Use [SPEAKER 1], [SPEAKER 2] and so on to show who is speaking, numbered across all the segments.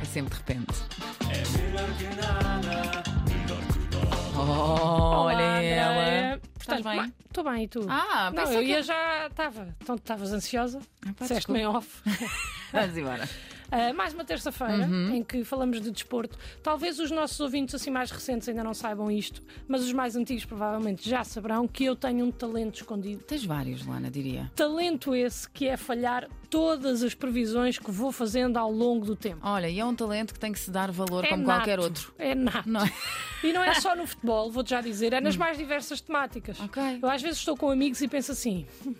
[SPEAKER 1] É sempre de repente. Oh, olha
[SPEAKER 2] Olá,
[SPEAKER 1] ela.
[SPEAKER 2] Andréia. Portanto,
[SPEAKER 1] Estás bem?
[SPEAKER 2] Estou bem, e tu?
[SPEAKER 1] Ah,
[SPEAKER 2] não,
[SPEAKER 1] pensei
[SPEAKER 2] eu
[SPEAKER 1] que Ah,
[SPEAKER 2] ia já estava. Então, estavas ansiosa?
[SPEAKER 1] pá,
[SPEAKER 2] Disseste-me em off.
[SPEAKER 1] Vamos embora.
[SPEAKER 2] Ah, mais uma terça-feira
[SPEAKER 1] Uhum.
[SPEAKER 2] em que falamos de desporto. Talvez os nossos ouvintes assim mais recentes ainda não saibam isto, mas os mais antigos provavelmente já saberão que eu tenho um talento escondido.
[SPEAKER 1] Tens vários, Lana, diria.
[SPEAKER 2] Talento esse que é falhar todas as previsões que vou fazendo ao longo do tempo.
[SPEAKER 1] Olha, e é um talento que tem que se dar valor
[SPEAKER 2] É
[SPEAKER 1] como
[SPEAKER 2] nato,
[SPEAKER 1] qualquer outro.
[SPEAKER 2] É nato.
[SPEAKER 1] Não é? Hum.
[SPEAKER 2] E não é só no futebol, vou-te já dizer, é nas mais diversas temáticas.
[SPEAKER 1] Ok.
[SPEAKER 2] Eu às vezes estou com amigos e penso assim: "Hum,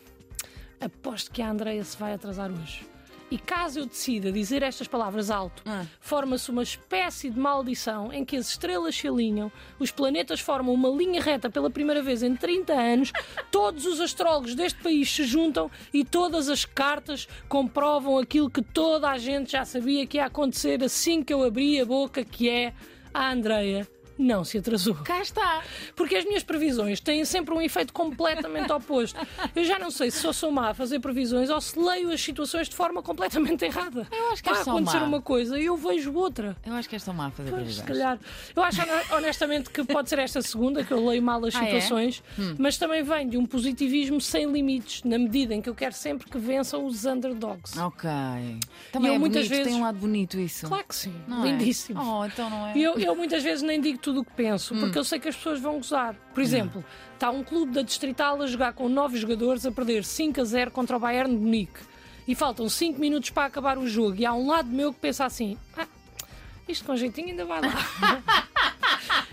[SPEAKER 2] aposto que a Andreia se vai atrasar hoje. E caso eu decida dizer estas palavras alto,
[SPEAKER 1] Ah.
[SPEAKER 2] forma-se uma espécie de maldição em que as estrelas se alinham, os planetas formam uma linha reta pela primeira vez em 30 anos, todos os astrólogos deste país se juntam e todas as cartas comprovam aquilo que toda a gente já sabia que ia acontecer assim que eu abri a boca, que é a Andreia não se atrasou.
[SPEAKER 1] Cá está.
[SPEAKER 2] Porque as minhas previsões têm sempre um efeito completamente oposto. Eu já não sei se só sou má a fazer previsões ou se leio as situações de forma completamente errada.
[SPEAKER 1] Eu acho que
[SPEAKER 2] Vai
[SPEAKER 1] és só
[SPEAKER 2] acontecer
[SPEAKER 1] má.
[SPEAKER 2] uma coisa e eu vejo outra.
[SPEAKER 1] Eu acho que és tão má a fazer
[SPEAKER 2] Pois, se
[SPEAKER 1] previsões.
[SPEAKER 2] calhar. Eu acho hon- honestamente que pode ser esta segunda que eu leio mal as
[SPEAKER 1] Ah, é?
[SPEAKER 2] situações, mas também vem de um positivismo sem limites, na medida em que eu quero sempre que vençam os underdogs.
[SPEAKER 1] Ok. Também
[SPEAKER 2] eu
[SPEAKER 1] é
[SPEAKER 2] muitas
[SPEAKER 1] bonito, tem
[SPEAKER 2] vezes-
[SPEAKER 1] um lado bonito isso.
[SPEAKER 2] Claro que sim,
[SPEAKER 1] Não é?
[SPEAKER 2] lindíssimo.
[SPEAKER 1] Oh, então não é?
[SPEAKER 2] E Eu, eu muitas vezes nem digo tudo o que penso, porque eu sei que as pessoas vão gozar. Por exemplo, está um clube da Distrital a jogar com nove jogadores a perder 5 a 0 contra o Bayern de Munique. E faltam 5 minutos para acabar o jogo. E há um lado meu que pensa assim: "Ah, isto com jeitinho ainda vai lá.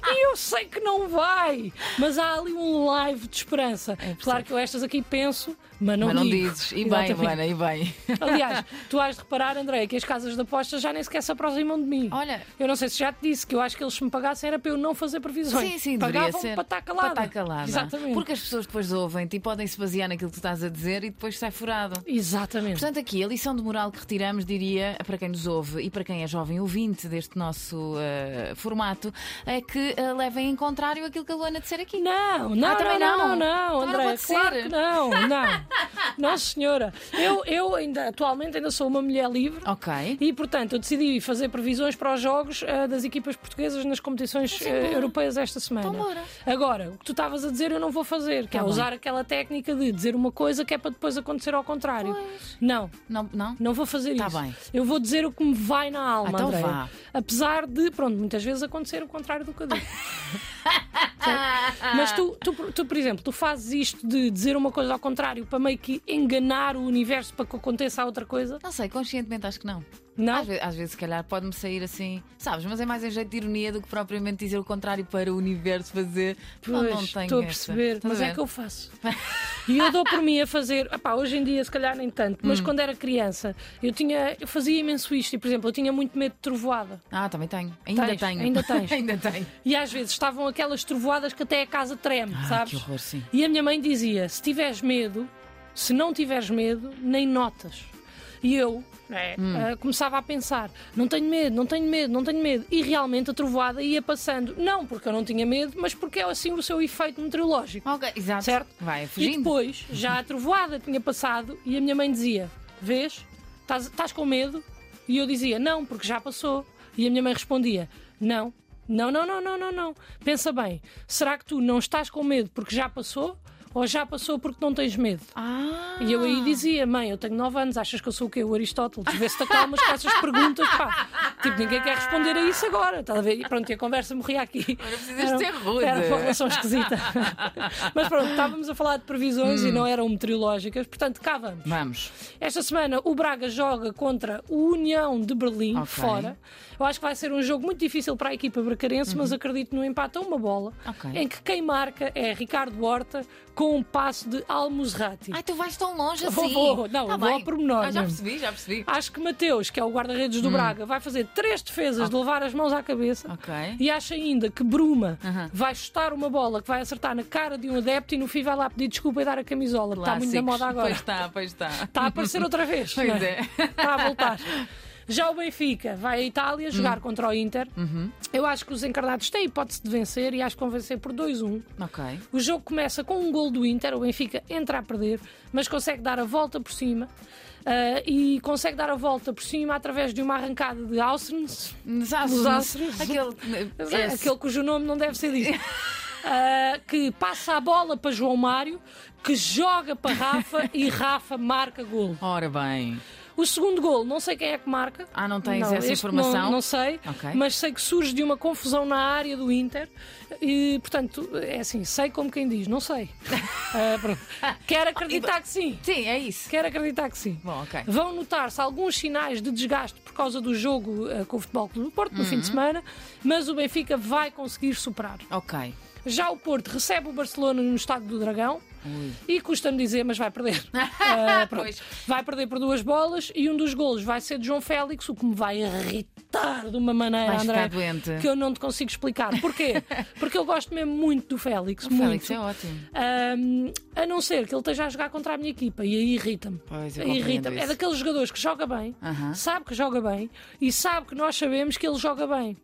[SPEAKER 2] E eu sei que não vai, mas há ali um live de esperança. claro que eu estas aqui penso, mas não,
[SPEAKER 1] É Mas não
[SPEAKER 2] digo.
[SPEAKER 1] dizes. E bem,
[SPEAKER 2] Exatamente.
[SPEAKER 1] Lana, e bem.
[SPEAKER 2] Aliás, tu has de reparar, André, que as casas de apostas já nem sequer se aproximam de mim.
[SPEAKER 1] Olha.
[SPEAKER 2] Eu não sei se já te disse que eu acho que eles se me pagassem era para eu não fazer previsões.
[SPEAKER 1] Sim, sim, deveria
[SPEAKER 2] Pagavam
[SPEAKER 1] ser.
[SPEAKER 2] para estar calada.
[SPEAKER 1] Para estar calada.
[SPEAKER 2] Exatamente.
[SPEAKER 1] Porque as pessoas depois ouvem-te e podem se basear naquilo que tu estás a dizer e depois sai furado.
[SPEAKER 2] Exatamente.
[SPEAKER 1] Portanto, aqui a lição de moral que retiramos, diria, para quem nos ouve e para quem é jovem ouvinte deste nosso eh, formato, é que eh, levem em contrário aquilo que a Luana disser aqui.
[SPEAKER 2] Não, não,
[SPEAKER 1] Ah, também
[SPEAKER 2] não, não,
[SPEAKER 1] não.
[SPEAKER 2] não,
[SPEAKER 1] Também
[SPEAKER 2] não,
[SPEAKER 1] não
[SPEAKER 2] André,
[SPEAKER 1] pode
[SPEAKER 2] claro
[SPEAKER 1] ser.
[SPEAKER 2] que não, não. não, senhora. Eu, eu ainda, atualmente ainda sou uma mulher livre.
[SPEAKER 1] Ok.
[SPEAKER 2] E, portanto, eu decidi fazer previsões para os jogos ah, das equipas portuguesas nas competições eh, europeias esta semana.
[SPEAKER 1] é Então, bora. Tá
[SPEAKER 2] Agora, o que tu estavas a dizer eu não vou fazer, que é
[SPEAKER 1] bem.
[SPEAKER 2] usar aquela técnica de dizer uma coisa que é para depois acontecer ao contrário. Não,
[SPEAKER 1] Não? não?
[SPEAKER 2] não vou fazer
[SPEAKER 1] Tá
[SPEAKER 2] isso.
[SPEAKER 1] bem.
[SPEAKER 2] Eu vou dizer o que me vai na alma,
[SPEAKER 1] Ah, então
[SPEAKER 2] Andréia.
[SPEAKER 1] vá.
[SPEAKER 2] Apesar de, pronto, muitas vezes acontecer o contrário do que eu digo. Certo? Mas tu, tu, tu, por exemplo, tu fazes isto de dizer uma coisa ao contrário para meio que enganar o universo para que aconteça a outra coisa?
[SPEAKER 1] Não sei, conscientemente acho que não.
[SPEAKER 2] Não?
[SPEAKER 1] Às, ve- às vezes, se calhar, pode-me sair assim, sabes? Mas é mais em jeito de ironia do que propriamente dizer o contrário para o universo fazer. não, não
[SPEAKER 2] Pois,
[SPEAKER 1] tenho
[SPEAKER 2] estou a
[SPEAKER 1] essa.
[SPEAKER 2] perceber,
[SPEAKER 1] Estás
[SPEAKER 2] mas
[SPEAKER 1] a
[SPEAKER 2] é
[SPEAKER 1] ver?
[SPEAKER 2] que eu faço. E eu dou por mim a fazer, opá, hoje em dia se calhar nem tanto, mas
[SPEAKER 1] Hum.
[SPEAKER 2] quando era criança eu tinha, eu fazia imenso isto e, por exemplo, eu tinha muito medo de trovoada.
[SPEAKER 1] Ah, também tenho. Ainda
[SPEAKER 2] Tens,
[SPEAKER 1] tenho.
[SPEAKER 2] ainda tens.
[SPEAKER 1] ainda tenho.
[SPEAKER 2] E às vezes estavam aquelas trovoadas que até a casa treme,
[SPEAKER 1] Ah,
[SPEAKER 2] sabes?
[SPEAKER 1] que horror, sim.
[SPEAKER 2] E a minha mãe dizia: se tiveres medo, se não tiveres medo, nem notas. E eu né, ah, começava a pensar: não tenho medo, não tenho medo, não tenho medo. E realmente a trovoada ia passando. Não porque eu não tinha medo, mas porque é assim o seu efeito meteorológico.
[SPEAKER 1] Ok, exato.
[SPEAKER 2] Certo?
[SPEAKER 1] Vai,
[SPEAKER 2] E
[SPEAKER 1] fugindo.
[SPEAKER 2] depois, já a trovoada tinha passado e a minha mãe dizia: Vês, estás estás com medo? E eu dizia: Não, porque já passou. E a minha mãe respondia: Não, não, não, não, não, não, não. Pensa bem, será que tu não estás com medo porque já passou? Ou já passou porque não tens medo?
[SPEAKER 1] Ah,
[SPEAKER 2] E eu aí dizia, mãe, eu tenho 9 anos, achas que eu sou o quê? O Aristóteles? Vê se te acalmas com essas perguntas, pá. Tipo, ninguém quer responder a isso agora. Estás a ver? E pronto, e a conversa morria aqui. Agora
[SPEAKER 1] precisas ser rude.
[SPEAKER 2] Era uma relação esquisita. Mas pronto, estávamos a falar de previsões
[SPEAKER 1] Hum.
[SPEAKER 2] e não eram meteorológicas, portanto, cá vamos.
[SPEAKER 1] vamos.
[SPEAKER 2] Esta semana o Braga joga contra o União de Berlim,
[SPEAKER 1] Ok.
[SPEAKER 2] fora. Eu acho que vai ser um jogo muito difícil para a equipa bracarense, mas acredito no empate a uma bola,
[SPEAKER 1] Uhum. Ok.
[SPEAKER 2] em que quem marca é Ricardo Horta com um passo de Almusrati.
[SPEAKER 1] Ai, tu vais tão longe assim.
[SPEAKER 2] Vou, vou. Não,
[SPEAKER 1] tá
[SPEAKER 2] vou
[SPEAKER 1] bem.
[SPEAKER 2] ao pormenor
[SPEAKER 1] Ah, já
[SPEAKER 2] mesmo.
[SPEAKER 1] percebi, já percebi.
[SPEAKER 2] Acho que Mateus, que é o guarda-redes
[SPEAKER 1] Hum.
[SPEAKER 2] do Braga, vai fazer três
[SPEAKER 1] Ah.
[SPEAKER 2] defesas de levar as mãos à cabeça.
[SPEAKER 1] Ok.
[SPEAKER 2] Ah, E tá acho ainda que Bruma
[SPEAKER 1] Aham.
[SPEAKER 2] vai chutar uma bola que vai acertar na cara de um adepto e no fim vai lá pedir desculpa e dar a camisola, que está muito na
[SPEAKER 1] Clássicos. tá,
[SPEAKER 2] moda agora. Tá
[SPEAKER 1] Pois está, pois está.
[SPEAKER 2] Está a aparecer outra vez.
[SPEAKER 1] Pois
[SPEAKER 2] não
[SPEAKER 1] é.
[SPEAKER 2] Está a voltar. Já o Benfica vai à Itália jogar
[SPEAKER 1] Hum.
[SPEAKER 2] contra o Inter.
[SPEAKER 1] Uhum.
[SPEAKER 2] Eu acho que os encarnados têm hipótese de vencer e acho que vão vencer por 2-1.
[SPEAKER 1] Ok.
[SPEAKER 2] O jogo começa com um gol do Inter, o Benfica entra a perder, mas consegue dar a volta por cima. ah, e consegue dar a volta por cima através de uma arrancada de Ausens,
[SPEAKER 1] Nos Açores.
[SPEAKER 2] Nos Açores.
[SPEAKER 1] Aquele.
[SPEAKER 2] é,
[SPEAKER 1] esse.
[SPEAKER 2] aquele cujo nome não deve ser dito. Ah, que passa a bola para João Mário, que joga para Rafa e Rafa marca gol.
[SPEAKER 1] Ora bem.
[SPEAKER 2] O segundo gol, não sei quem é que marca.
[SPEAKER 1] Ah, não tens essa
[SPEAKER 2] este
[SPEAKER 1] informação?
[SPEAKER 2] Não, não sei,
[SPEAKER 1] Ok.
[SPEAKER 2] mas sei que surge de uma confusão na área do Inter e, portanto, é assim, sei como quem diz, não sei. Ah, pronto. Quero acreditar que sim.
[SPEAKER 1] Sim, é isso.
[SPEAKER 2] Quero acreditar que sim.
[SPEAKER 1] Bom, ok.
[SPEAKER 2] Vão notar-se alguns sinais de desgaste por causa do jogo ah, com o Futebol Clube do Porto no fim de
[SPEAKER 1] Uhum.
[SPEAKER 2] semana, mas o Benfica vai conseguir superar.
[SPEAKER 1] Ok.
[SPEAKER 2] Já o Porto recebe o Barcelona no Estádio do Dragão e custa-me dizer, mas vai perder. Ah, pronto.
[SPEAKER 1] Pois.
[SPEAKER 2] Vai perder por duas bolas e um dos golos vai ser de João Félix, o que me vai irritar de uma maneira,
[SPEAKER 1] Vais
[SPEAKER 2] André,
[SPEAKER 1] ficar doente.
[SPEAKER 2] que eu não te consigo explicar. Porquê? Porque eu gosto mesmo muito do Félix.
[SPEAKER 1] O Félix
[SPEAKER 2] muito.
[SPEAKER 1] é ótimo.
[SPEAKER 2] Ahm, a não ser que ele esteja a jogar contra a minha equipa e aí irrita-me.
[SPEAKER 1] Pois, eu compreendo
[SPEAKER 2] Irrita-me. É
[SPEAKER 1] isso.
[SPEAKER 2] daqueles jogadores que joga bem,
[SPEAKER 1] Aham.
[SPEAKER 2] sabe que joga bem e sabe que nós sabemos que ele joga bem.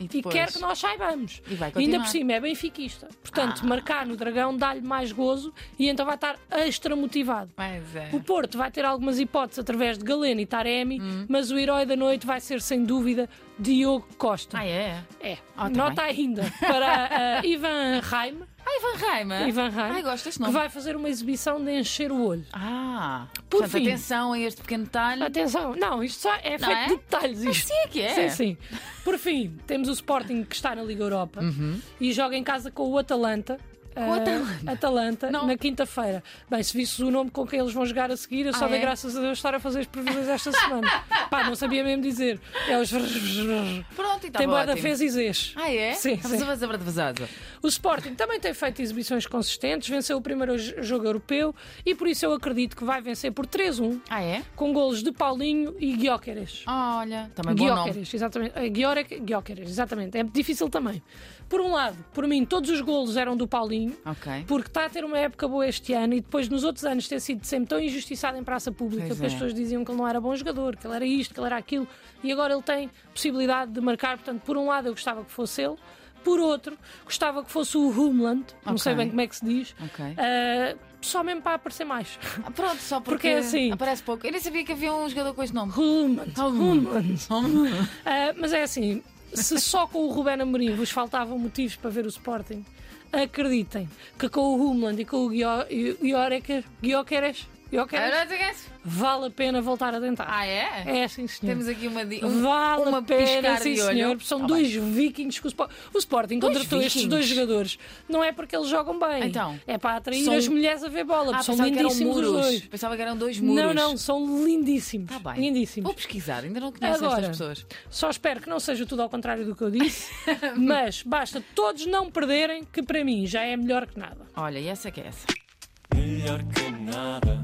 [SPEAKER 1] E
[SPEAKER 2] E
[SPEAKER 1] depois?
[SPEAKER 2] quer que nós saibamos.
[SPEAKER 1] E vai
[SPEAKER 2] ainda
[SPEAKER 1] continuar. Ah.
[SPEAKER 2] por cima é benfiquista. Portanto, marcar no Dragão dá-lhe mais gozo e então vai estar extra motivado.
[SPEAKER 1] Mas é.
[SPEAKER 2] O Porto vai ter algumas hipóteses através de Galeno e Taremi,
[SPEAKER 1] Hum.
[SPEAKER 2] mas o herói da noite vai ser sem dúvida Diogo Costa.
[SPEAKER 1] Ah, é?
[SPEAKER 2] É,
[SPEAKER 1] Ah, tá
[SPEAKER 2] nota
[SPEAKER 1] bem.
[SPEAKER 2] ainda para ah, Ivan Raim,
[SPEAKER 1] Ah, Ivan Raima.
[SPEAKER 2] Ivan Raim
[SPEAKER 1] Ai, gosto deste
[SPEAKER 2] que
[SPEAKER 1] nome.
[SPEAKER 2] vai fazer uma exibição de encher o olho.
[SPEAKER 1] Ah,
[SPEAKER 2] Por
[SPEAKER 1] portanto,
[SPEAKER 2] fim.
[SPEAKER 1] atenção a este pequeno detalhe.
[SPEAKER 2] Atenção, não, isto só é feito
[SPEAKER 1] é?
[SPEAKER 2] de detalhes. Isto.
[SPEAKER 1] Assim é que é.
[SPEAKER 2] Sim, sim. Por fim, temos o Sporting que está na Liga Europa e joga em casa com o Atalanta.
[SPEAKER 1] Uhum. o
[SPEAKER 2] Ah,
[SPEAKER 1] Atalanta?
[SPEAKER 2] Atalanta,
[SPEAKER 1] Não.
[SPEAKER 2] na quinta-feira. Bem, se visses o nome com quem eles vão jogar a seguir, eu só
[SPEAKER 1] Ah,
[SPEAKER 2] dei
[SPEAKER 1] é?
[SPEAKER 2] graças a Deus estar a fazer as previsões esta semana. Pá, não sabia mesmo dizer. É os.
[SPEAKER 1] Pronto, e está
[SPEAKER 2] Tem boa
[SPEAKER 1] Tá
[SPEAKER 2] da
[SPEAKER 1] ótimo.
[SPEAKER 2] fez e zês.
[SPEAKER 1] Ah, é?
[SPEAKER 2] Sim,
[SPEAKER 1] Vaza,
[SPEAKER 2] sim.
[SPEAKER 1] vaza, vaza, vaza.
[SPEAKER 2] O Sporting também tem feito exibições consistentes, venceu o primeiro j- jogo europeu e por isso eu acredito que vai vencer por 3-1
[SPEAKER 1] Ah, é?
[SPEAKER 2] com golos de Paulinho e Guióqueres.
[SPEAKER 1] Olha, também bom nome.
[SPEAKER 2] Guióqueres, exatamente. Eh, Guiorec- Guióqueres, exatamente. É difícil também. Por um lado, por mim, todos os golos eram do Paulinho.
[SPEAKER 1] Ok.
[SPEAKER 2] Porque está a ter uma época boa este ano e depois nos outros anos ter sido sempre tão injustiçado em praça pública
[SPEAKER 1] Pois
[SPEAKER 2] que as
[SPEAKER 1] é.
[SPEAKER 2] pessoas diziam que ele não era bom jogador, que ele era isto, que ele era aquilo e agora ele tem possibilidade de marcar. Portanto, por um lado eu gostava que fosse ele, por outro gostava que fosse o Humland, não
[SPEAKER 1] Ok.
[SPEAKER 2] sei bem como é que se diz,
[SPEAKER 1] Ok.
[SPEAKER 2] ah, só mesmo para aparecer mais.
[SPEAKER 1] Ah, Pronto, só porque,
[SPEAKER 2] Porque é assim.
[SPEAKER 1] aparece pouco. Eu nem sabia que havia um jogador com este nome.
[SPEAKER 2] Humland. Humland.
[SPEAKER 1] Hum.
[SPEAKER 2] Ah, mas é assim, se só com o Rubén Amorim vos faltavam motivos para ver o Sporting, acreditem que com o Humland e com o Guio- Guioreca- Guioqueres Guioqueres,
[SPEAKER 1] Ah, não sei o que é isso.
[SPEAKER 2] vale a pena voltar a tentar.
[SPEAKER 1] Ah, é?
[SPEAKER 2] É sim, senhor.
[SPEAKER 1] Temos aqui uma, di- um-
[SPEAKER 2] vale
[SPEAKER 1] uma
[SPEAKER 2] a pena,
[SPEAKER 1] piscar
[SPEAKER 2] sim,
[SPEAKER 1] de olho.
[SPEAKER 2] senhor. São
[SPEAKER 1] Tá
[SPEAKER 2] dois vikings que o, Spo- o Sporting contratou estes
[SPEAKER 1] vikings?
[SPEAKER 2] dois jogadores. Não é porque eles jogam bem.
[SPEAKER 1] Então?
[SPEAKER 2] é para atrair
[SPEAKER 1] São-
[SPEAKER 2] as mulheres a ver bola.
[SPEAKER 1] Ah,
[SPEAKER 2] porque são
[SPEAKER 1] pensava que eram
[SPEAKER 2] lindíssimos os
[SPEAKER 1] muros.
[SPEAKER 2] dois.
[SPEAKER 1] Pensava que eram dois muros.
[SPEAKER 2] Não, não, são lindíssimos.
[SPEAKER 1] Tá bem.
[SPEAKER 2] Lindíssimos.
[SPEAKER 1] Vou pesquisar, ainda não conheço
[SPEAKER 2] Agora.
[SPEAKER 1] estas pessoas.
[SPEAKER 2] Só espero que não seja tudo ao contrário do que eu disse, mas basta todos não perderem, que para mim já é melhor que nada.
[SPEAKER 1] Olha, e essa que é essa.
[SPEAKER 3] Melhor que nada.